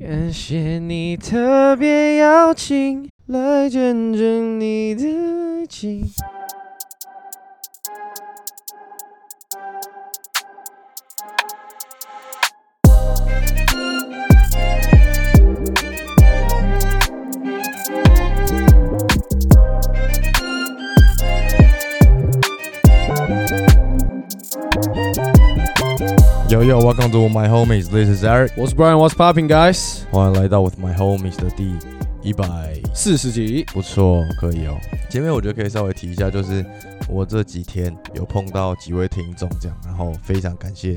感谢你特别邀请来见证你的爱情。 Yo yo, welcome to my homies. This is Eric. What's Brian? What's popping, guys？欢迎来到 With my homies 的第一百，四十集，不错，可以哦。前面我觉得可以稍微提一下，就是我这几天有碰到几位听众这样，然后非常感谢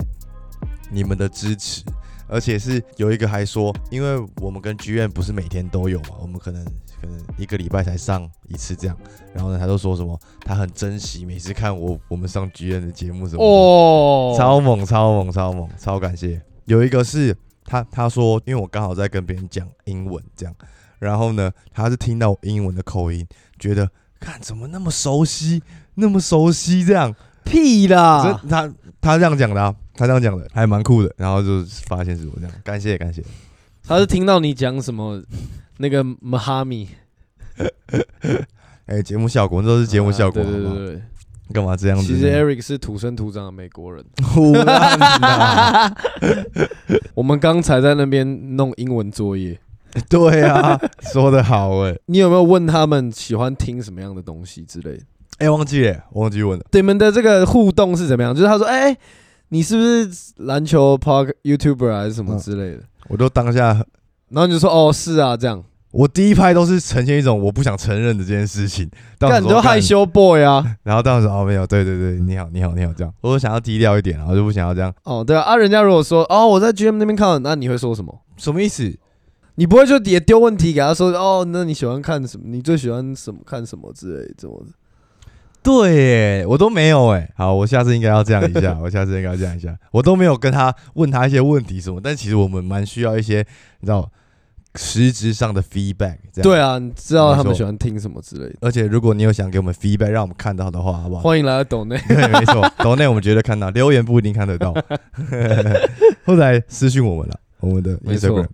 你们的支持，而且是有一个还说，因为我们跟剧院不是每天都有嘛，我们可能可能一个礼拜才上一次这样，然后呢，他都说什么他很珍惜每次看我我们上剧院的节目什么的哦，超猛超猛超猛，超感谢。有一个是他他说，因为我刚好在跟别人讲英文这样，然后呢，他是听到我英文的口音，觉得看怎么那么熟悉，那么熟悉这样。屁这啦！他他这样讲的、啊，他这样讲的还蛮酷的。然后就发现是我这样，感谢感谢。他是听到你讲什么那个 Mahami 哎、节目效果，那都是节目效果，啊对对好不好对对。干嘛这样子？其 实 Eric 是土生土长的美国人。 胡乱啊我们刚才在那边弄英文作业，对啊，说的好哎、你有没有问他们喜欢听什么样的东西之类的？哎、忘记了，忘记问了。你们的这个互动是怎么样？就是他说，哎、你是不是篮球 park YouTuber 啊还是什么之类的？我都当下然后你就说，哦，是啊，这样。我第一拍都是呈现一种我不想承认的这件事情，到干时你候都害，羞 boy 啊？然后到时候哦没有，对对对，你好你好你好这样，我想要低调一点，然后就不想要这样，哦，对啊，啊，人家如果说，哦，我在 GM 那边看到你，那你会说什么？什么意思？你不会就也丢问题给他说，哦，那你喜欢看什么？你最喜欢什么看什么之类怎么的？对耶，我都没有哎，好，我下次应该要这样一下，我下次应该要这样一下，我都没有跟他问他一些问题什么，但其实我们蛮需要一些你知道实质上的 feedback，这样对。啊，你知道他们没错喜欢听什么之类的。而且如果你有想给我们 feedback，让我们看到的话，好不好？欢迎来到抖内， 对，没错，抖内我们绝对看到，留言不一定看得到， 后来私信我们了，我们的没错 Instagram。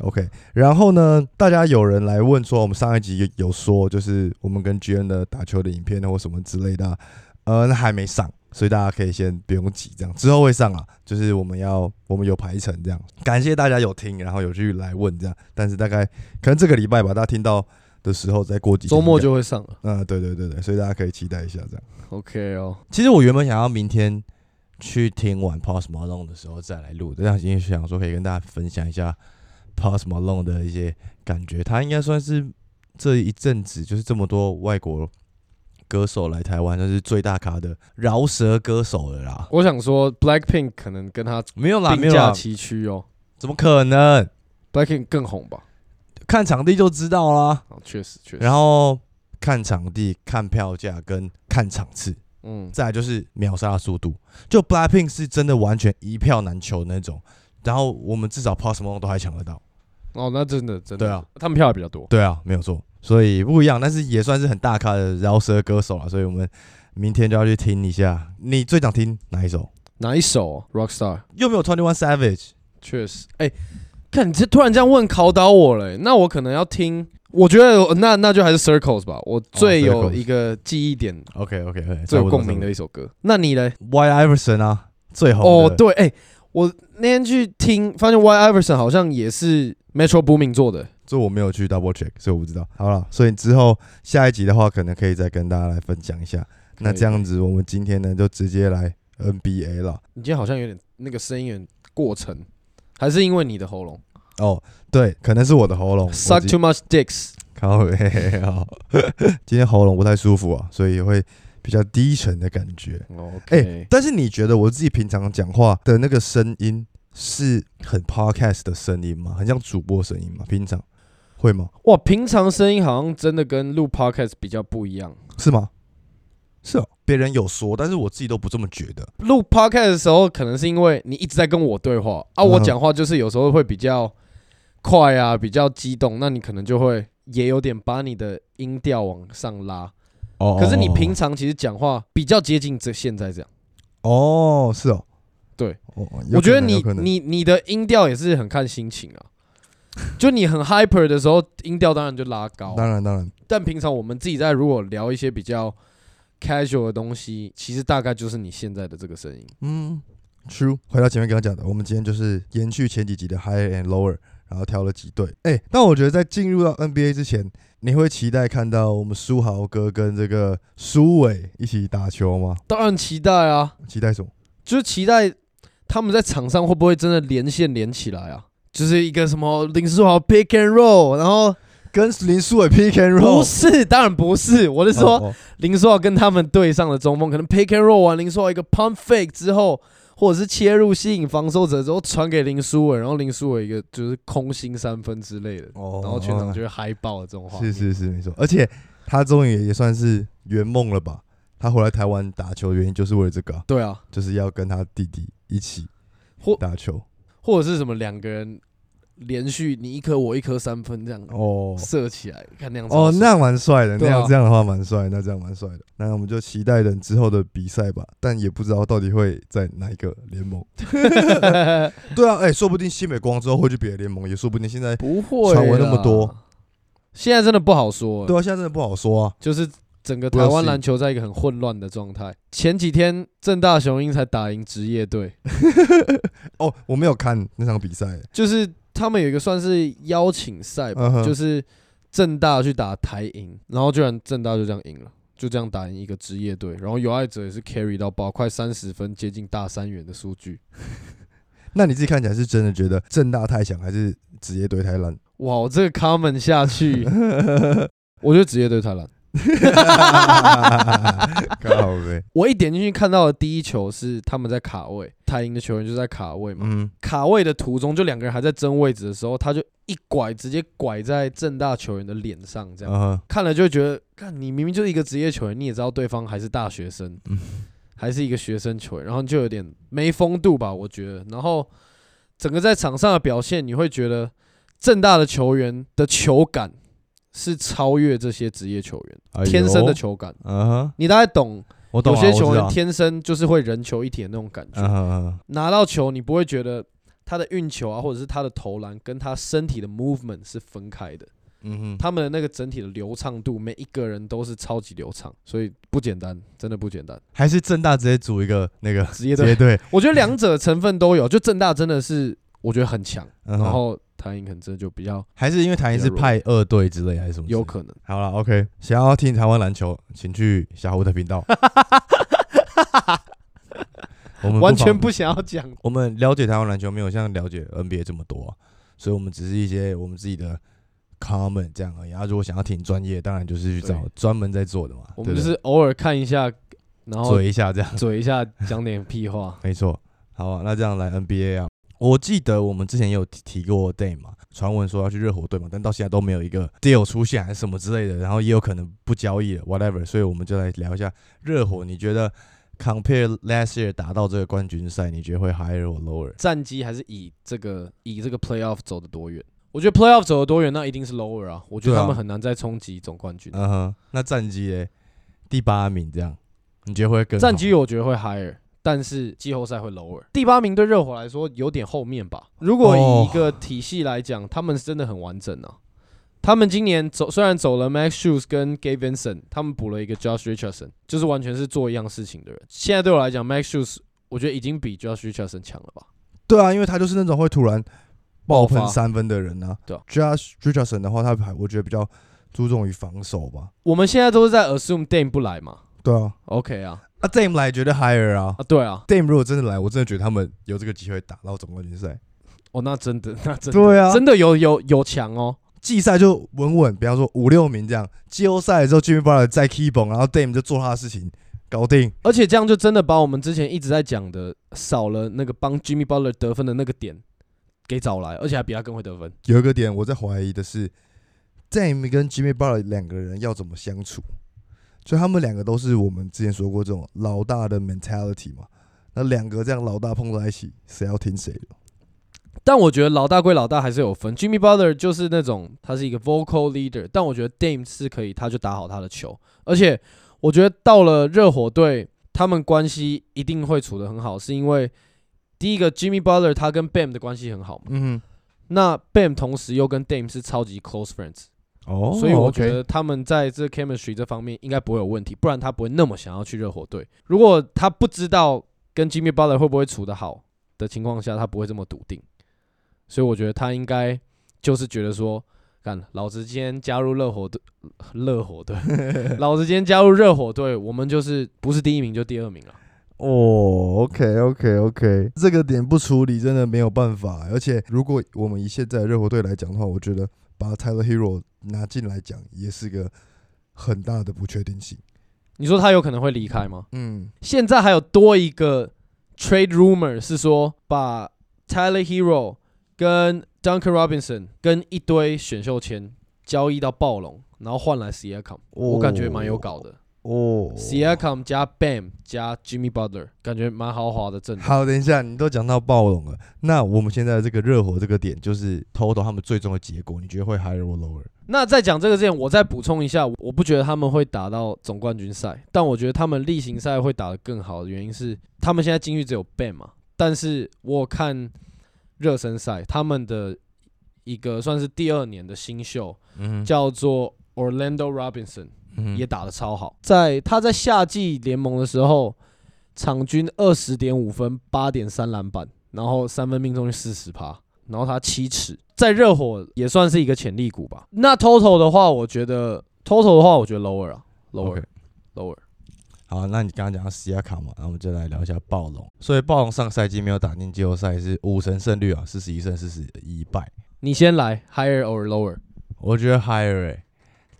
OK，然后呢，大家有人来问说，我们上一集有有说，就是我们跟 GN 的打球的影片或什么之类的啊，呃，那还没上，所以大家可以先不用急，这样之后会上啊。就是我们要我们有排程这样，感谢大家有听，然后有去来问这样，但是大概可能这个礼拜吧，大家听到的时候再过几天周末应就会上了。该嗯、对对对对，所以大家可以期待一下这样。 OK 哦，其实我原本想要明天去听完 Post Malone 的时候再来录，但是因为想说可以跟大家分享一下 Post Malone 的一些感觉。他应该算是这一阵子就是这么多外国歌手来台湾，就是最大咖的饶舌歌手了啦。我想说 Blackpink 可能跟他没有啦，没并有驾啦，齐驱哦怎么可能？ ，Blackpink 更红吧？看场地就知道啦。哦，确实确实。然后看场地、看票价跟看场次，嗯，再来就是秒杀的速度，就 Blackpink 是真的完全一票难求那种。然后我们至少 Post Malone 都还抢得到，哦，那真的真的，对啊，他们票也比较多。对啊，没有错，所以不一样，但是也算是很大咖的饶舌歌手了。所以我们明天就要去听一下。你最想听哪一首？哪一首？Rockstar，又没有 Twenty One Savage，确实。哎、看你这突然这样问，考倒我了欸、那我可能要听，我觉得我那那就还是 Circles 吧，我最有 Circles 一个记忆点、 OK OK OK，最有共鸣的一首歌。那你嘞？ Y Iverson 啊，最红哦，的对，哎、我那天去听，发现 Y Iverson 好像也是 Metro Booming 做的。这我没有去 double check，所以我不知道。好了，所以之后下一集的话，可能可以再跟大家来分享一下。那这样子，我们今天呢就直接来 NBA 了。你今天好像有点那个声音有点过沉，还是因为你的喉咙哦，对，可能是我的喉 咙。我 suck 今 too much dicks？靠背 哦，今天喉咙不太舒服啊，所以会比较低沉的感觉。哎、哦 OK，、但是你觉得我自己平常讲话的那个声音是很 podcast 的声音吗？很像主播声音吗？平常会吗？哇，平常声音好像真的跟录 podcast 比较不一样。是吗？是哦，别人有说，但是我自己都不这么觉得。录 podcast 的时候，可能是因为你一直在跟我对话啊，嗯我讲话就是有时候会比较快啊，比较激动，那你可能就会也有点把你的音调往上拉。哦可是你平常其实讲话比较接近这现在这样，哦是哦，对哦，有我觉得可能你有可能你你的音调也是很看心情啊。就你很 hyper 的时候，音调当然就拉高。啊当然当然，但平常我们自己在如果聊一些比较 casual 的东西，其实大概就是你现在的这个声音。嗯，True。回到前面刚刚讲的，我们今天就是延续前几集的 High and Lower，然后挑了几队。哎、但我觉得在进入到 NBA 之前，你会期待看到我们苏豪哥跟这个苏伟一起打球吗？当然期待啊，期待什么？就是期待他们在场上会不会真的连线连起来啊？就是一个什么林书豪 pick and roll，然后跟林苏伟 pick and 不 roll？是，当然不是，我是说哦哦林书豪跟他们对上的中锋，可能 pick and roll 完林书豪一个 pump fake 之后，或者是切入吸引防守者之后传给林书伟，然后林书伟一个就是空心三分之类的，哦然后全场就会嗨爆的这种话。是是是没错，而且他终于也算是圆梦了吧？他回来台湾打球的原因就是为了这个啊、对啊，就是要跟他弟弟一起或打球或者是什么两个人连续你一颗我一颗三分这样哦射起来，看那样子哦，那样蛮帅的，那对啊样这样的话蛮帅，那这样蛮帅的。那我们就期待等之后的比赛吧，但也不知道到底会在哪一个联盟。那对啊，哎、说不定西美光之后会去别的联盟，也说不定。现 在不会传闻那么啦多，现在真的不好说，对啊，现在真的不好说啊。就是整个不要台湾信篮球在一个很混乱的状态。前几天正大雄鹰才打赢职业队，呃哦，我没有看那场比哎赛，就是他们有一个算是邀请赛吧，嗯哼，就是正大去打台银，然后居然正大就这样赢了。就这样打赢一个职业队，然后有爱者也是 carry 到爆，快三十分，接近大三元的数据。那你自己看起来是真的觉得正大太强，还是职业队太烂？哇，我这个 comment 下去，我觉得职业队太烂。 靠呗，我一点进去看到的第一球是他们在卡位，台银的球员就在卡位嘛。嗯，卡位的途中，就两个人还在争位置的时候，他就一拐，直接拐在正大球员的脸上，这样、啊，看了就会觉得，看你明明就是一个职业球员，你也知道对方还是大学生，嗯还是一个学生球员，然后就有点没风度吧，我觉得。然后整个在场上的表现，你会觉得正大的球员的球感是超越这些职业球员、哎呦天生的，球感，嗯哼，你大概懂我懂有啊，些球员我知道，天生就是会人球一体的那种感觉，嗯哼嗯哼，拿到球你不会觉得他的运球啊，或者是他的投篮跟他身体的 movement 是分开的，嗯哼，他们的那个整体的流畅度，每一个人都是超级流畅，所以不简单，真的不简单。还是正大直接组一个那个职业职业队，队，我觉得两者成分都有，就正大真的是我觉得很强，然然后台银可能真的就比较还是因为台银是派二队之类还是什么之类的？有可能。好了，OK，想要听台湾篮球，请去小胡的频 道。我们完妨全不想要讲，我们了解台湾篮球没有像了解 NBA 这么多、啊，所以我们只是一些我们自己的 comment 这样而已。啊，如果想要挺专业，当然就是去找对专门在做的嘛。我们对就不对是偶尔看一下，然后嘴一下这样，嘴一下，讲点屁话。没错。好、啊，那这样来 NBA 啊，我记得我们之前也有提提过 Day 嘛，传闻说要去热火队嘛，但到现在都没有一个 deal 出现还是什么之类的，然后也有可能不交易了，whatever。所以我们就来聊一下热火，你觉得 compare last year 打到这个冠军赛，你觉得会 higher 或 lower？战绩还是以这个以这个 playoff 走的多远？我觉得 playoff 走的多远，那一定是 lower 啊。我觉得对啊他们很难再冲击总冠军。嗯哼，那战绩嘞，第八名这样，你觉得会更好战绩我觉得会 higher，但是季后赛会 lower。第八名对热火来说有点后面吧。如果以一个体系来讲，他们真的很完整啊。他们今年走虽然走了 Max Shoes 跟 Gabe Vincent，他们补了一个 Josh Richardson，就是完全是做一样事情的人。现在对我来讲，Max Shoes 我觉得已经比 Josh Richardson 强了吧。对啊，因为他就是那种会突然爆爆喷发三分的人啊。对啊 Josh Richardson 的话，他还我觉得比较注重于防守吧。我们现在都是在 assume Dame 不来嘛对啊， ？OK 啊，啊 Dame 来绝对 higher 啊。啊对啊， Dame 如果真的来，我真的觉得他们有这个机会打到总冠军赛。哦，那真的，那真的，对啊真的有有有强哦。季赛就稳稳，比方说五六名这样。季后赛的时候，Jimmy Butler 再 keep on，然后 Dame 就做他的事情，搞定。而且这样就真的把我们之前一直在讲的少了那个帮 Jimmy Butler 得分的那个点给找来，而且还比他更会得分。有一个点我在怀疑的是，Dame 跟 Jimmy Butler 两个人要怎么相处？就他们两个都是我们之前说过这种老大的 mentality 嘛。那两个这样老大碰在一起，谁要听谁的？但我觉得老大归老大，还是有分。Jimmy Butler 就是那种他是一个 vocal leader，但我觉得 Dame 是可以，他就打好他的球。而且我觉得到了热火队，他们关系一定会处得很好，是因为第一个 Jimmy Butler 他跟 Bam 的关系很好嘛。嗯那 Bam 同时又跟 Dame 是超级 close friends，、哦，所以我觉 OK 得他们在这 chemistry 这方面应该不会有问题，不然他不会那么想要去热火队。如果他不知道跟 Jimmy Butler 会不会处得好的情况下，他不会这么笃定。所以我觉得他应该就是觉得说，干，老子今天加入热火队，热火 队，老子今天加入热火队，我们就是不是第一名就第二名了。哦，OK OK OK，这个点不处理真的没有办法。而且如果我们以现在的热火队来讲的话，我觉得把 Tyler Hero 拿进来讲也是个很大的不确定性。你说他有可能会离开吗？嗯，现在还有多一个 trade rumor 是说把 Tyler Hero 跟 Duncan Robinson 跟一堆选秀签交易到暴龙，然后换来 Siakam，、我感觉蛮有搞的。哦。 Siakam 加 Bam 加 Jimmy Butler，感觉蛮豪华的阵容。好，等一下，你都讲到暴龙了，那我们现在这个热火这个点就是偷偷他们最终的结果，你觉得会 higher or lower？那在讲这个之前，我再补充一下，我不觉得他们会打到总冠军赛，但我觉得他们例行赛会打得更好的原因是，他们现在禁区只有 Bam 嘛，但是我有看热身赛，他们的一个算是第二年的新秀嗯叫做 Orlando Robinson，嗯也打得超好，在他在夏季联盟的时候，场均二十点五分，八点三篮板，然后三分命中率四十趴，然后他七尺，在热火也算是一个潜力股吧。那 total 的话，我觉得 total 的话，我觉得 lower 啊 OK ，lower lower。好，那你刚刚讲到西亚卡嘛，然后我们就来聊一下暴龙。所以暴龙上赛季没有打进季后赛，是五成胜率啊，四十一胜四十一败。你先来 higher or lower？我觉得 higher 哎、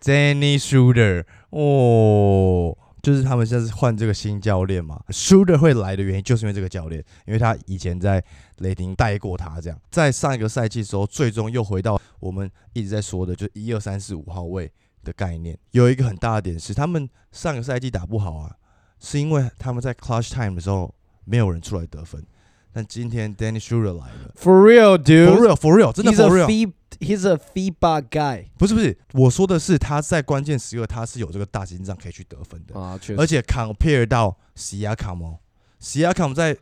Danny Shooter 哦，就是他们现在是换这个新教练嘛，Shooter 会来的原因就是因为这个教练，因为他以前在雷霆带过他，这样在上一个赛季的时候，最终又回到我们一直在说的，就一二三四五号位的概念。有一个很大的点是，他们上个赛季打不好啊，是因为他们在 clutch time 的时候没有人出来得分，但今天 Danny Shooter 来了 For real, ，for dude. real for real，真的 He's a for real。 fee, he's a feebar guy 不是不是，我说的是他在关键时刻他是有这个大心脏可以去得分的，啊，确而实。且 compare 到西亚卡姆，西亚卡姆在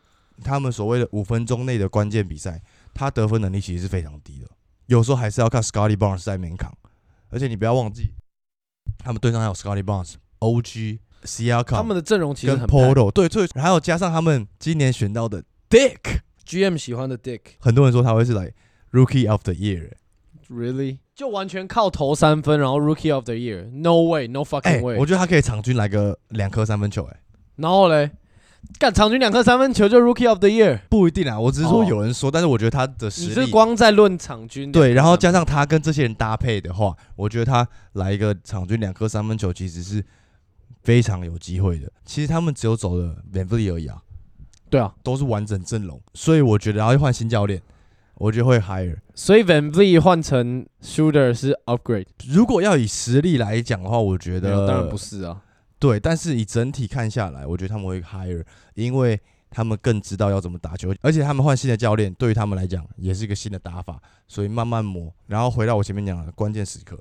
他们所谓的五分钟内的关键比赛，他得分能力其实是非常低的，有时候还是要靠 Scotty Barnes 在面扛，而且你不要忘记，他们队上还有 Scotty Barnes、OG、西亚卡他们的阵容其实跟很 Polo，对，最还有加上他们今年选到的 Dick， GM 喜欢的 Dick。很多人说他会是来 Rookie of the Year， Really？就完全靠投三分，然后 Rookie of the Year？No way，No 哎、 fucking way、我觉得他可以场均来个两颗三分球、哎。然后嘞，干场均两颗三分球就 Rookie of the Year。不一定啊，我只是说哦有人说，但是我觉得他的你实是力光在论场均两颗三分对，然后加上他跟这些人搭配的话，我觉得他来一个场均两颗三分球其实是非常有机会的。其实他们只有走了 Van v l i 而已啊，对啊，都是完整阵容，所以我觉得然后又换新教练，我觉得会 higher。所以 Van Vliet 换成 Shooter 是 upgrade。如果要以实力来讲的话，我觉没有得当然不是啊。对，但是以整体看下来，我觉得他们会 higher，因为他们更知道要怎么打球，而且他们换新的教练，对于他们来讲也是一个新的打法，所以慢慢磨。然后回到我前面讲的关键时刻，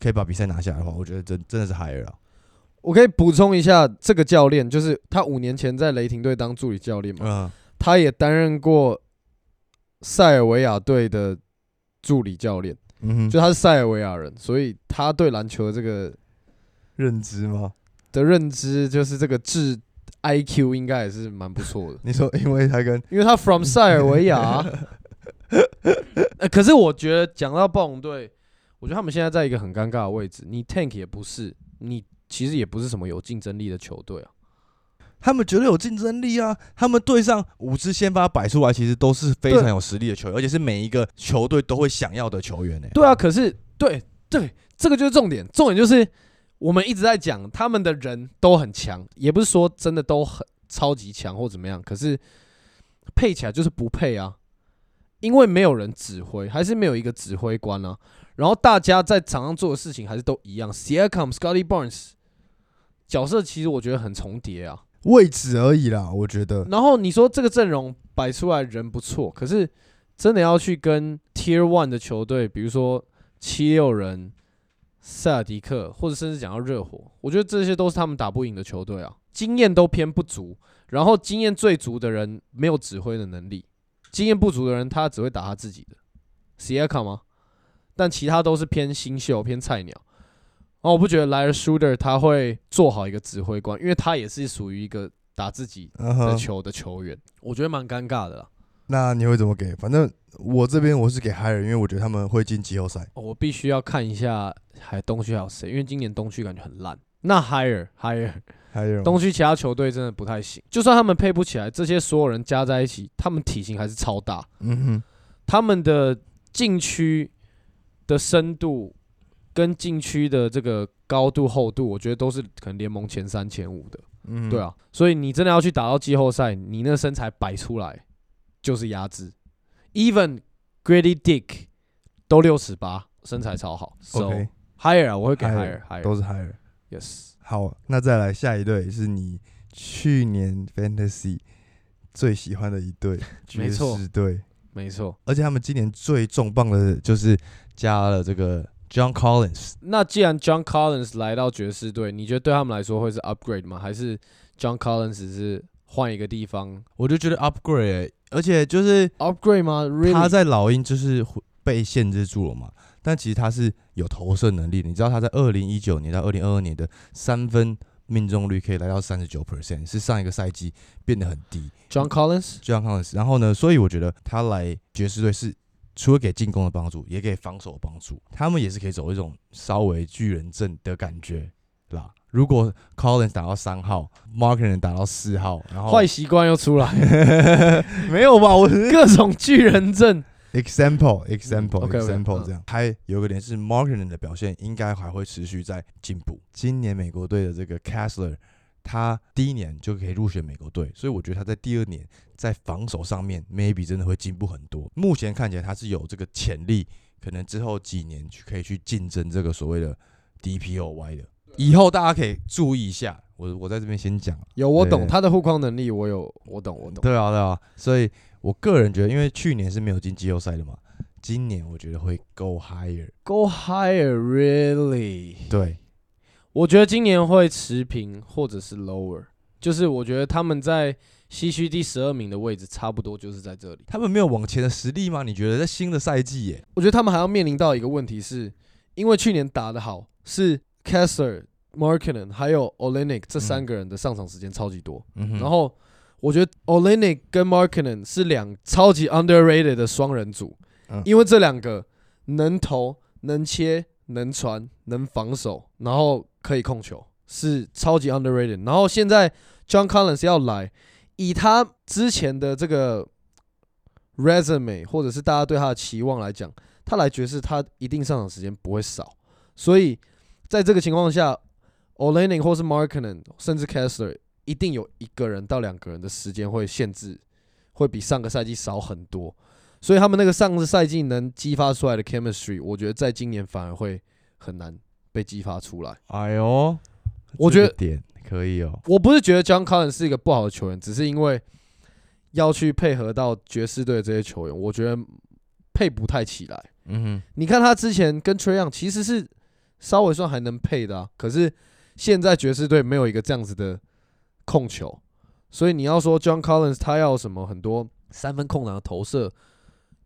可以把比赛拿下来的话，我觉得真真的是 higher 了。我可以补充一下，这个教练就是他五年前在雷霆队当助理教练嘛，嗯，他也担任过塞尔维亚队的助理教练，嗯哼，就他是塞尔维亚人，所以他对篮球的这个认知吗？，的认知，就是这个智 IQ 应该也是蛮不错的你说，因为他跟因为他 from 塞尔维亚啊、 呃可是我觉得讲到暴龙队，我觉得他们现在在一个很尴尬的位置，你 tank 也不是，你其实也不是什么有竞争力的球队啊。 他们绝对有竞争力啊！他们队上五支先发摆出来，其实都是非对常有实力的球员，而且是每一个球队都会想要的球员呢、欸对啊，可是对对，这个就是重点，重点就是我们一直在讲他们的人都很强，也不是说真的都很超级强或怎么样，可是配起来就是不配啊，因为没有人指挥，还是没有一个指挥官啊，然后大家在场上做的事情还是都一样 s i a c o m Scotty Barnes 角色其实我觉得很重叠啊，位置而已啦，我觉得。然后你说这个阵容摆出来人不错，可是真的要去跟 Tier One 的球队，比如说七六人、塞尔迪克，或者甚至讲到热火，我觉得这些都是他们打不赢的球队啊，经验都偏不足。然后经验最足的人没有指挥的能力，经验不足的人他只会打他自己的。 s i a k a 吗？但其他都是偏新秀、偏菜鸟。然后我不觉得莱尔舒德他会做好一个指挥官，因为他也是属于一个打自己嗯的哼，球的球员，我觉得蛮尴尬的啦。那你会怎么给？反正我这边我是给 h i r 因为我觉得他们会进季后赛。哦我必须要看一下还东区还有谁，因为今年东区感觉很烂。那 higher higher h i r 东区其他球队真的不太行，就算他们配不起来，这些所有人加在一起，他们体型还是超大，嗯他们的禁区的深度跟禁区的这个高度厚度，我觉得都是可能联盟前三前五的。哼，嗯，对，啊，所以你真的要去打到季后赛，你那身材摆出来就是压制。Even Grady Dick 都六尺八，身材超好。So OK higher，啊我会给 Higher， higher higher。都是 h i r Yes，好，那再来下一队是你去年 Fantasy 最喜欢的一队，没爵错士队，没错。而且他们今年最重磅的就是加了这个 John Collins。那既然 John Collins 来到爵士队，你觉得对他们来说会是 upgrade 吗？还是 John Collins 只是换一个地方我就觉得 upgrade，欸、而且就是 upgrade 吗？Really？他在老鹰就是被限制住了嘛，但其实他是有投射能力的。你知道他在二零一九年到二零二二年的三分命中率可以来到三十九 percent，是上一个赛季变得很低。 John Collins 就像 Collins，然后呢，所以我觉得他来爵士队是除了给进攻的帮助，也给防守的帮助，他们也是可以走一种稍微巨人阵的感觉啦。如果 Collins 打到三号 m a r k e n 打到四号，然后坏习惯又出来， 没有吧？我只是各种巨人阵。 example example、 OK，OK， example 嗯这样，还有一个点是 m a r k e n 的表现应该还会持续在进步。今年美国队的这个 Castler。他第一年就可以入选美国队，所以我觉得他在第二年在防守上面 maybe 真的会进步很多。目前看起来他是有这个潜力，可能之后几年去可以去竞争这个所谓的 DPOY 的。以后大家可以注意一下，我我在这边先讲。啊有我懂对他的护框能力，我有我懂我懂。对啊，对啊，所以我个人觉得，因为去年是没有进季后赛的嘛，今年我觉得会 go higher。 Go higher really？对，我觉得今年会持平或者是 lower，就是我觉得他们在西区第十二名的位置差不多就是在这里。他们没有往前的实力吗？你觉得在新的赛季耶？我觉得他们还要面临到一个问题是，因为去年打得好是 Kessler、m a r k i n 还有 Olenek 这三个人的上场时间超级多，嗯哼然后我觉得 Olenek 跟 m a r k i n 是两超级 underrated 的双人组，嗯因为这两个能投、能切、能传、能防守，然后可以控球，是超级 underrated。然后现在 John Collins 要来，以他之前的这个 resume 或者是大家对他的期望来讲，他来爵士他一定上场时间不会少，所以在这个情况下 o l e n i k 或是 Markinen 甚至 Kessler 一定有一个人到两个人的时间会限制，会比上个赛季少很多。所以他们那个上个赛季能激发出来的 chemistry，我觉得在今年反而会很难被激发出来。哎呦，我觉得这个点可以哦。我不是觉得 John Collins 是一个不好的球员，只是因为要去配合到爵士队这些球员，我觉得配不太起来。嗯你看他之前跟 Trey Young 其实是稍微算还能配的、啊，可是现在爵士队没有一个这样子的控球，所以你要说 John Collins 他要什么很多三分空档的投射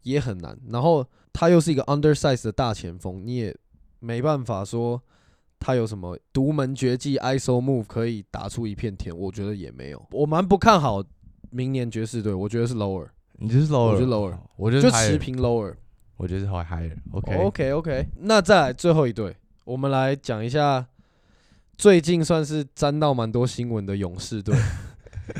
也很难，然后他又是一个 undersize 的大前锋，你也没办法说他有什么独门绝技 ISO move 可以打出一片天，我觉得也没有，我蛮不看好明年爵士队，我觉得是 lower，哼，你就是 lower，我觉得 lower 我觉得就是 higher，持平 lower。我觉得是 higher。OK， OK OK，那再来最后一队，我们来讲一下最近算是沾到蛮多新闻的勇士队，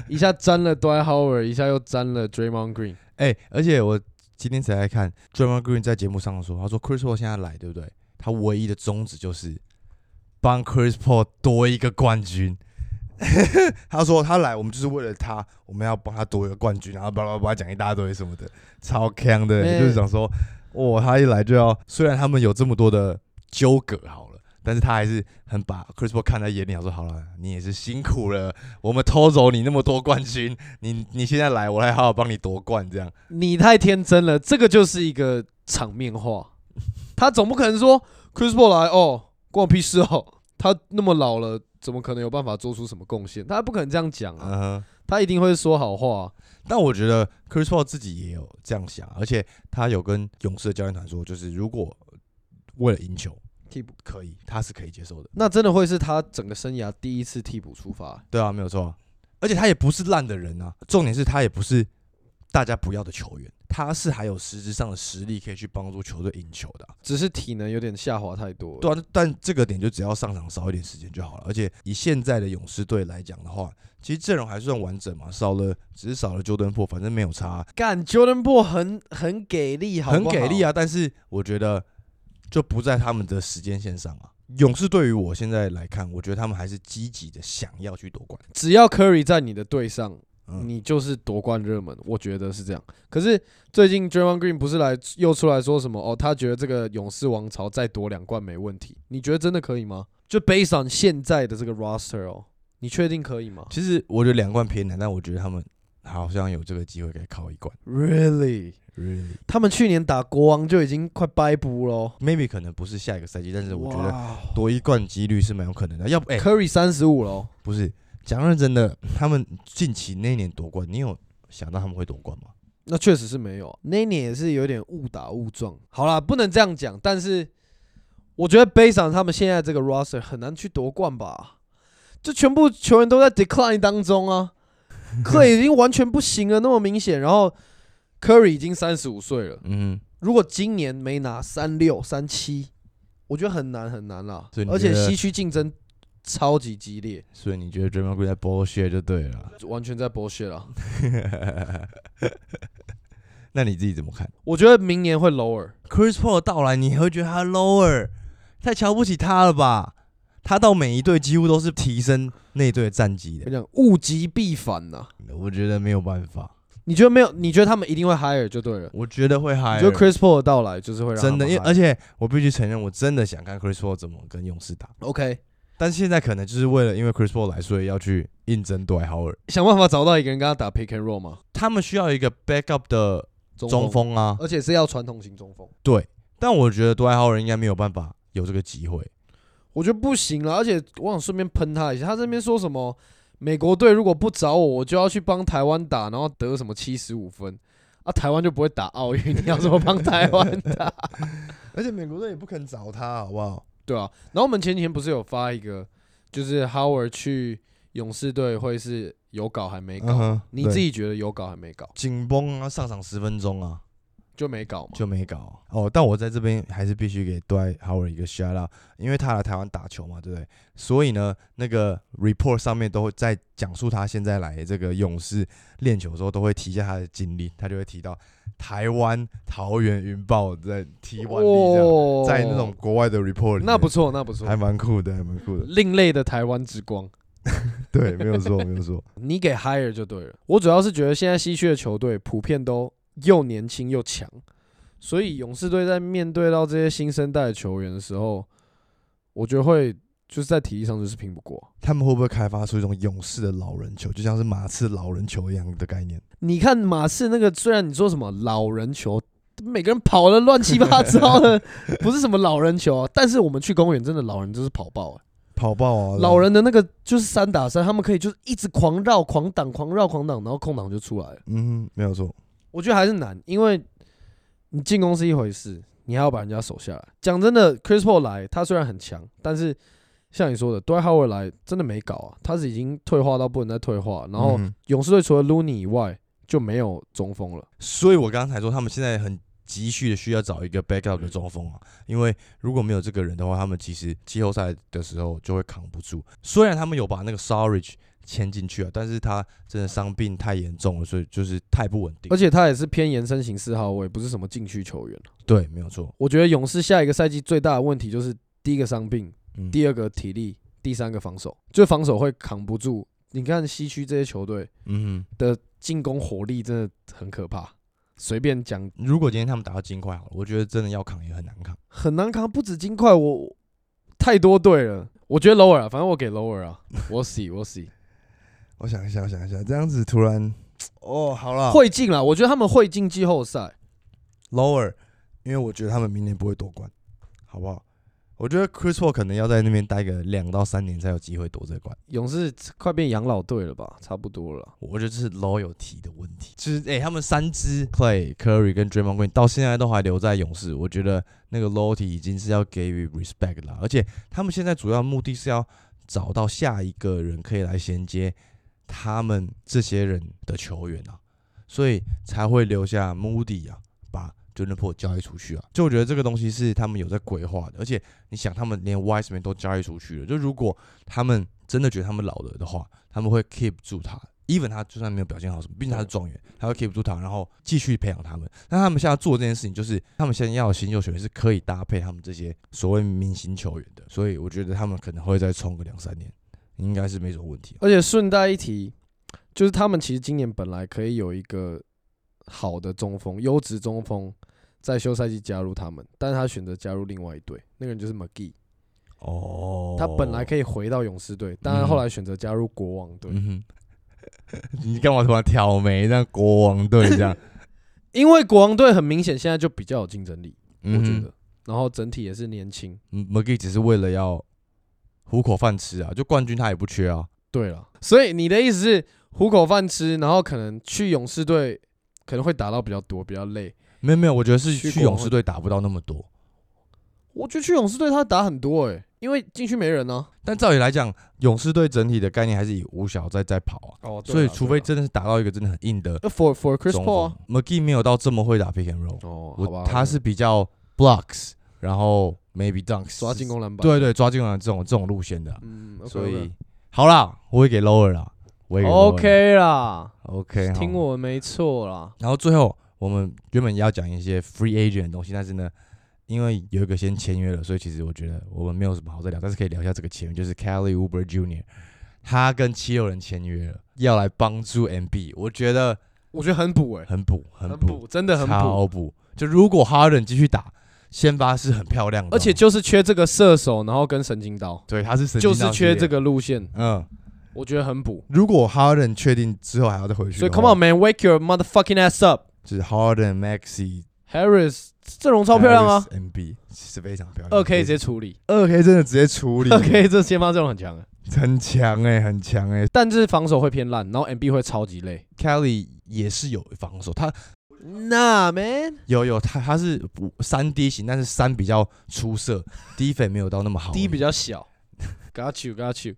一下沾了 d w y Howard，一下又沾了 Draymond Green。哎、而且我今天才来看 Draymond Green 在节目上说，他说 Chris Paul 现在来，对不对？他唯一的宗旨就是帮 Chris Paul 多一个冠军。 他说他来，我们就是为了他，我们要帮他夺一个冠军，然后巴拉巴拉讲一大堆什么的，超强的、哎就是想说，哇，他一来就要，虽然他们有这么多的纠葛好了，但是他还是很把 Chris Paul 看在眼里，他说好了，你也是辛苦了，我们偷走你那么多冠军，你你现在来，我来好好帮你夺冠这样。你太天真了，这个就是一个场面话。他总不可能说 Chris Paul 来哦，关我屁事哦，他那么老了，怎么可能有办法做出什么贡献？他不可能这样讲啊，嗯哼。他一定会说好话啊、但我觉得 Chris Paul 自己也有这样想，而且他有跟勇士的教练团说，就是如果为了赢球替补。可以，他是可以接受的。那真的会是他整个生涯第一次替补出发、对啊，没有错啊。而且他也不是烂的人啊，重点是他也不是大家不要的球员，他是还有实质上的实力可以去帮助球队赢球的啊、只是体能有点下滑太多。对啊，但这个点就只要上场少一点时间就好了。而且以现在的勇士队来讲的话，其实阵容还算完整嘛，少了只是少了 Jordan p o 反正没有差啊、干 Jordan Po 很很给力，好不很好给力！啊。但是我觉得就不在他们的时间线上啊。勇士对于我现在来看，我觉得他们还是积极的想要去夺冠。只要 Curry 在你的队上，嗯，你就是夺冠热门，我觉得是这样。可是最近 Draymond Green 不是来又出来说什么哦，他觉得这个勇士王朝再夺两冠没问题。你觉得真的可以吗？就 based on 现在的这个 roster 哦，你确定可以吗其实我觉得两冠偏难，但我觉得他们好像有这个机会可以靠一冠。 ？Really？ Really，maybe 他们去年打国王就已经快掰布喽。可能不是下一个赛季，但是我觉得哇哦夺一冠几率是蛮有可能的。要不，哎、 Curry 三十五喽，不是讲认真的，他们近期那一年夺冠，你有想到他们会夺冠吗？那确实是没有啊。那一年也是有点误打误撞。好啦，不能这样讲，但是我觉得悲伤他们现在这个 roster 很难去夺冠吧？就全部球员都在 decline 当中啊，Clay 已经完全不行了，那么明显。然后 Curry 已经三十五岁了，嗯，如果今年没拿三六三七，我觉得很难很难啦所以。你而且觉得西区竞争超级激烈，所以你觉得 Draymond Green 在 bullshit 就对了。完全在剥削啦。那你自己怎么看？我觉得明年会 lower。 Chris Paul 的到来，你会觉得他 lower，太瞧不起他了吧？他到每一队几乎都是提升那队的战绩我的，讲物极必反呐、我觉得没有办法，你觉得没有？你觉得他们一定会 hire 就对了。我觉得会你 hire。觉得 Chris Paul 的到来就是会让真的，因为而且且我必须承认，我真的想看 Chris Paul 怎么跟勇士打， OK 但是现在可能就是为了因为 Chris Paul 来，所以要去应征杜兰特尔，想办法找到一个人跟他打 pick and roll 嘛，他们需要一个 backup 的中中锋啊，而且是要传统型中锋，对，但我觉得杜兰特尔应该没有办法有这个机会，我觉得不行了。而且我想顺便喷他一下，他这边说什么美国队如果不找我，我就要去帮台湾打，然后得什么七十五分。啊，台湾就不会打奥运，你要怎么帮台 湾打？而且美国队也不肯找他，好不好？对啊，然后我们前几天不是有发一个，就是 Howard 去勇士队会是有搞还没搞？嗯哼你对自己觉得有搞还没搞？紧绷啊，上场十分钟啊就没搞嘛？就没搞哦。但我在这边还是必须给 d w y Howard 一个 shout out，因为他来台湾打球嘛，对不对？所以呢，那个 report 上面都会在讲述他现在来这个勇士练球的时候，都会提一下他的经历，他就会提到台湾桃园云豹在 T1 里这样，哦在那种国外的 report 里面那不错，那不错还，蛮酷的，还蛮 酷的。另类的台湾之光，对，没有错，没有错。你给 hire 就对了。我主要是觉得现在西区的球队普遍都又年轻又强，所以勇士队在面对到这些新生代的球员的时候，我觉得会就是在体力上就是拼不过。他们会不会开发出一种勇士的老人球，就像是马刺老人球一样的概念？你看马刺那个，虽然你说什么老人球， 每个人跑的乱七八糟的，不是什么老人球、啊，但是我们去公园真的老人就是跑爆、啊。跑爆啊！老人的那个就是三打三，他们可以就是一直狂绕、狂挡、狂绕、狂挡，然后空档就出来了。嗯哼，没有错。我觉得还是难，因为你进攻是一回事，你还要把人家守下来。讲真的，Chris Paul 来，他虽然很强，但是像你说的 d w y Howard 来真的没搞啊，他是已经退化到不能再退化。然后嗯哼勇士队除了 Looney 以外就没有中锋了。所以我刚才说他们现在很急需的需要找一个 backup 的中锋啊，因为如果没有这个人的话，他们其实季后赛的时候就会扛不住。虽然他们有把那个 Sorage 签进去啊，但是他真的伤病太严重了，所以就是太不稳定而。且他也是偏延伸型四号位，不是什么禁区球员。对，没有错。我觉得勇士下一个赛季最大的问题就是第一个伤病，嗯，第二个体力，第三个防守，就防守会扛不住。你看西区这些球队嗯的进攻火力真的很可怕，随便讲哼，如果今天他们打到金块好了，我觉得真的要扛也很难扛。很难扛，不止金块，我太多队了。我觉得 lower 啊，反正我给 lower 啊，我洗我洗我想一下，我想一下，这样子突然，哦，好了会进啦，我觉得他们会进季后赛。 lower，因为我觉得他们明年不会夺冠，好不好？我觉得 Chris Paul 可能要在那边待个两到三年才有机会夺这冠。勇士快变养老队了吧？差不多了啦。我觉得这是 loyalty 的问题，就是哎、他们三支 Clay、Curry 跟 Draymond Green 到现在都还留在勇士，我觉得那个 loyalty 已经是要给予 respect 了，而且他们现在主要目的是要找到下一个人可以来衔接他们这些人的球员啊，所以才会留下 Moody 啊，把 Jordan p o o 交易出去啊，就我觉得这个东西是他们有在规划的，而且你想，他们连 Wiseman 都交易出去了，就如果他们真的觉得他们老了的话，他们会 keep 住他，even 他就算没有表现好什么，毕竟他是状元，他会 keep 住他，然后继续培养他们。那他们现在做这件事情，就是他们现在要的新秀球员是可以搭配他们这些所谓明星球员的，所以我觉得他们可能会再冲个两三年，应该是没什么问题啊。而且顺带一提，就是他们其实今年本来可以有一个好的中锋，优质中锋在休赛季加入他们，但是他选择加入另外一队，那个人就是 McGee，哦他本来可以回到勇士队，但他后来选择加入国王队，嗯哼， 你干嘛突然挑眉？让国王队这样， 因为国王队很明显现在就比较有竞争力，我嗯觉哼得，然后整体也是年轻。 McGee 只是为了要糊口饭吃啊，就冠军他也不缺啊。对了，所以你的意思是糊口饭吃，然后可能去勇士队可能会打到比较多，比较累。没有没有，我觉得是去去国勇王士队打不到那么多。我觉得去勇士队他打很多诶、欸因为进去没人啊呢、但照理来讲，勇士队整体的概念还是以五小在在跑啊，哦，所以除非真的呃是打到一个真的很硬的 for for Chris 中 Paul 啊锋，McGee 没有到这么会打 pick and roll，哦，好吧我，他是比较 blocks，然后 maybe dunks 抓进，攻篮板，，对对，抓进攻篮这种这种路线的啊，嗯，OK，OK，所以好啦，我会给 lower 啦，我会给 lower 啦 OK 啦， OK，听好我们没错啦，然后最后我们原本要讲一些 free agent 的东西，但是呢，因为有一个先签约了，所以其实我觉得我们没有什么好再聊，但是可以聊一下这个签约，就是 Kelly Uber Jr. 他跟七六人签约了，要来帮助 MB，我觉得我觉得很补诶、很补，很补，补，真的很补，超补。就如果 Harden 继续打，先发是很漂亮的哦，而且就是缺这个射手，然后跟神经刀，对他是神经就是刀系缺列这。个路线，嗯，我觉得很补。如果 Harden 确定之后还要再回去的话，所以 Come on man, wake your motherfucking ass up, 就是 Harden、Maxi Harris，阵容超漂亮啊。 ，MB 是非常漂亮，二 K 直接处理，二 K 真的直接处理，二 K 这先发阵容很强啊，很强哎、很强哎、但是防守会偏烂，然后 MB 会超级累。 Kelly 也是有防守，他那 man，有有他他是三 D 型，但是三比较出色，低分没有到那么好。第一比较，较 小，Got you, got you。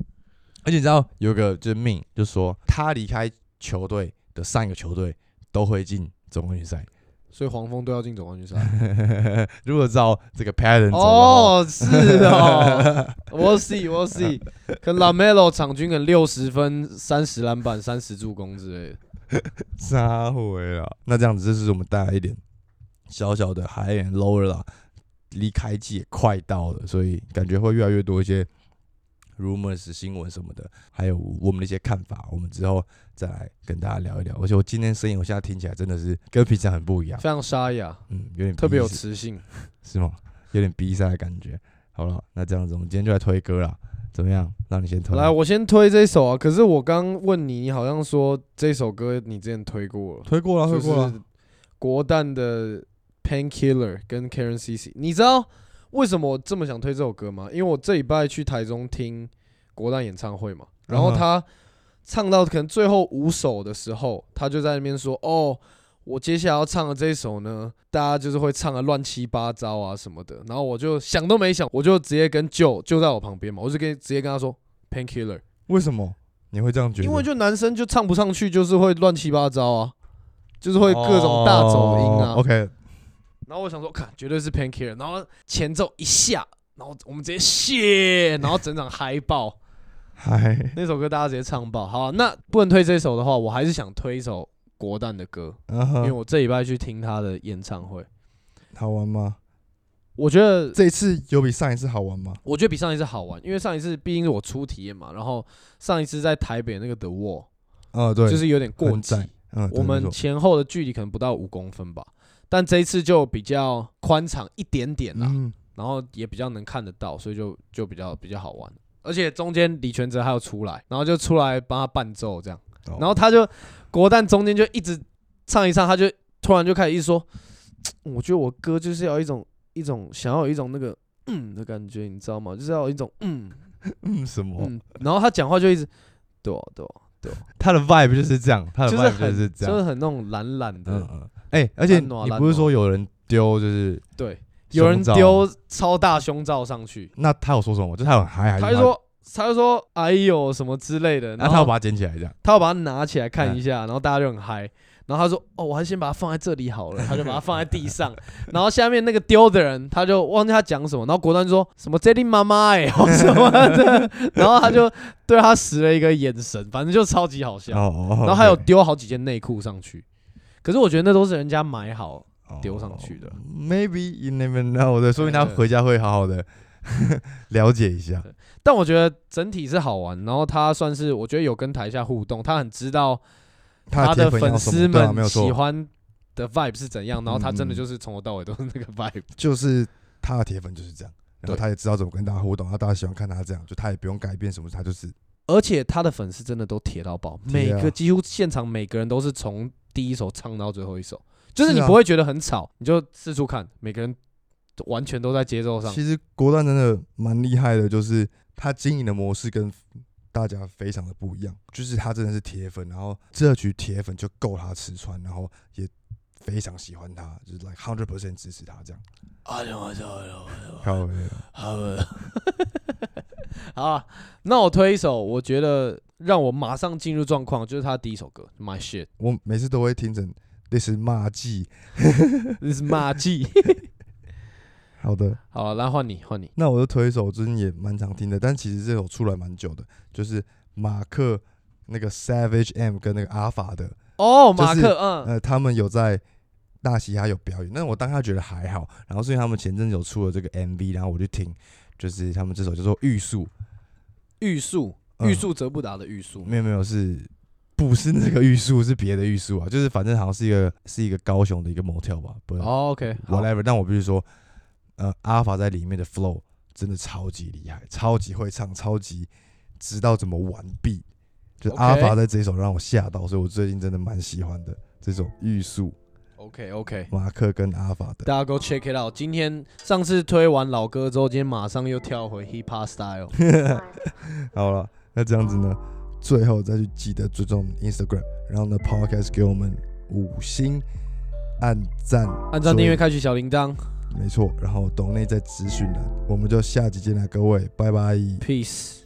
而且你知道有个就是命，就说他离开球队的上一个球队都会进总冠军赛。所以黄蜂都要进总冠军 赛。如果照这个 pattern 走的话，哦，是哦， 我 see 我 see，跟 Lamelo 场均可能六十分、三十篮板、三十助攻之类的。杀回了。那这样子，这是我们带来一点小小的海点 lower 啦，离开季也快到了，所以感觉会越来越多一些 rumors 新闻什么的，还有我们的一些看法，我们之后再来跟大家聊一聊。而且我今天声音，我现在听起来真的是跟平常很不一样，非常沙哑，嗯，有点特别有鼻塞磁性。是吗？有点鼻塞的感觉。好了，那这样子，我们今天就来推歌啦，怎么样？让你先推。来，我先推这首啊。可是我刚问你，你好像说这首歌你之前推过了。推过了，推就过了。是国蛋的 Painkiller 跟 Karen CC。你知道为什么我这么想推这首歌吗？因为我这礼拜去台中听国蛋演唱会嘛，然后嗯哼他唱到可能最后五首的时候，他就在那边说：“哦，我接下来要唱的这一首呢，大家就是会唱的乱七八糟啊什么的。”然后我就想都没想，我就直接跟舅就在我旁边嘛，我就跟直接跟他说 Painkiller，为什么你会这样觉得？因为就男生就唱不上去，就是会乱七八糟啊。就是会各种大走音啊哦 OK，然后我想说，看绝对是 Painkiller，然后前奏一下，然后我们直接谢，然后整场嗨爆， 嗨，那首歌大家直接唱爆。好啊、那不能推这首的话，我还是想推一首国蛋的歌， 嗯因为哼，我这礼拜去听他的演唱会，好玩吗？我觉得这一次有比上一次好玩吗？我觉得比上一次好玩，因为上一次毕竟是我初体验嘛，然后上一次在台北那个 The Wall 啊，对，就是有点过很激赞，嗯，我真的们不错前后的距离可能不到五公分吧，但这一次就比较宽敞一点点啦。嗯，然后也比较能看得到，所以就就比较比较好玩。而且中间李全哲还有出来，然后就出来帮他伴奏这样，然然后他就国蛋中间就一直唱一唱，他就突然就开始一直说，嘖我觉得我歌就是要一种一种想要有一种那个嗯的感觉，你知道吗？就是要有一种嗯嗯什么？嗯，然后他讲话就一直对啊对啊，他的 vibe 就是这样，他的就是 vibe 就很是这就是样。很那种懒懒嗯的，嗯。哎，而且懒惰啊你懒不是惰说有人丢就是对，有人胸罩丢超大胸罩上去，那他有说什么？就是他很嗨，还是他就说他就说哎呦什么之类的，他，那然他要哎后把它捡起来这样。他要把它拿起来看一下，然后大家就很嗨。然后他说：“哦，我还是先把它放在这里 好了。”他就把它放在地上，然后下面那个丢的人他就忘记他讲什么，然后果断就说什么“这里妈妈哎” 或什么的，然后他就对他使了一个眼神，反正就超级好笑。哦哦。然后还有丢好几件内裤上去，可是我觉得那都是人家买好，丢上去的哦 Maybe you never know 的，说明他对回家会好好的 了解一下。但我觉得整体是好玩，然后他算是我觉得有跟台下互动，他很知道他的的铁粉粉要什么丝对啊没有们喜错，欢的 vibe 是怎样，然后他真的嗯就是从头到尾都是那个 vibe，就是他的铁粉就是这样，然对后他也知道怎么跟大家互动，然后大家喜欢看他这样，就他也不用改变什么，他就是而且他的粉丝真的都铁到爆，每铁啊个几乎现场每个人都是从第一首唱到最后一首，就是是你啊不会觉得很吵，你就四处看，每个人完全都在节奏上，其实国蛋真的蛮厉害的，就是他经营的模式跟大家非常的不一样，就是他真的是铁粉，然后这群铁粉就够他吃穿，然后也非常喜欢他，就是 like hundred percent 支持他这样。靠北好了， 好啊，那我推一首，我觉得让我马上进入状况，就是他的第一首歌《My Shit 我每次都会听成 this is 骂记。》，这是 马季。好的，好了，来换你，换你。那我就推一首最近也蛮常听的，但其实这首出来蛮久的，就是马克那个 Savage M 跟那个阿法的，哦，就是马克，嗯，呃，他们有在大嘻哈有表演，那我当下觉得还好，然后是因为他们前阵子有出了这个 MV，然后我就听，就是他们这首叫做《玉树欲速，嗯欲速则不达的欲》，速。没有没有是。不是那个玉树，是别的玉树啊，就是反正好像是一个是一个高雄的一个 motel 吧，不、哦，OK，好， whatever。但我必须说，呃，阿法在里面的 flow 真的超级厉害，超级会唱，超级知道怎么完毕。就是 OK 阿法在这一首让我吓到，所以我最近真的蛮喜欢的这首《玉树》， ，OK，OK，马克跟阿法的。大家 go check it out。今天上次推完老歌之后，今天马上又跳回 hip hop style。 好了，那这样子呢，最后再去记得追踪我们的 Instagram，然后呢 Podcast 给我们五星按赞，按照订阅，开启小铃铛没错。然后抖内在资讯栏，我们就下集见啦，各位，拜拜。 ，peace。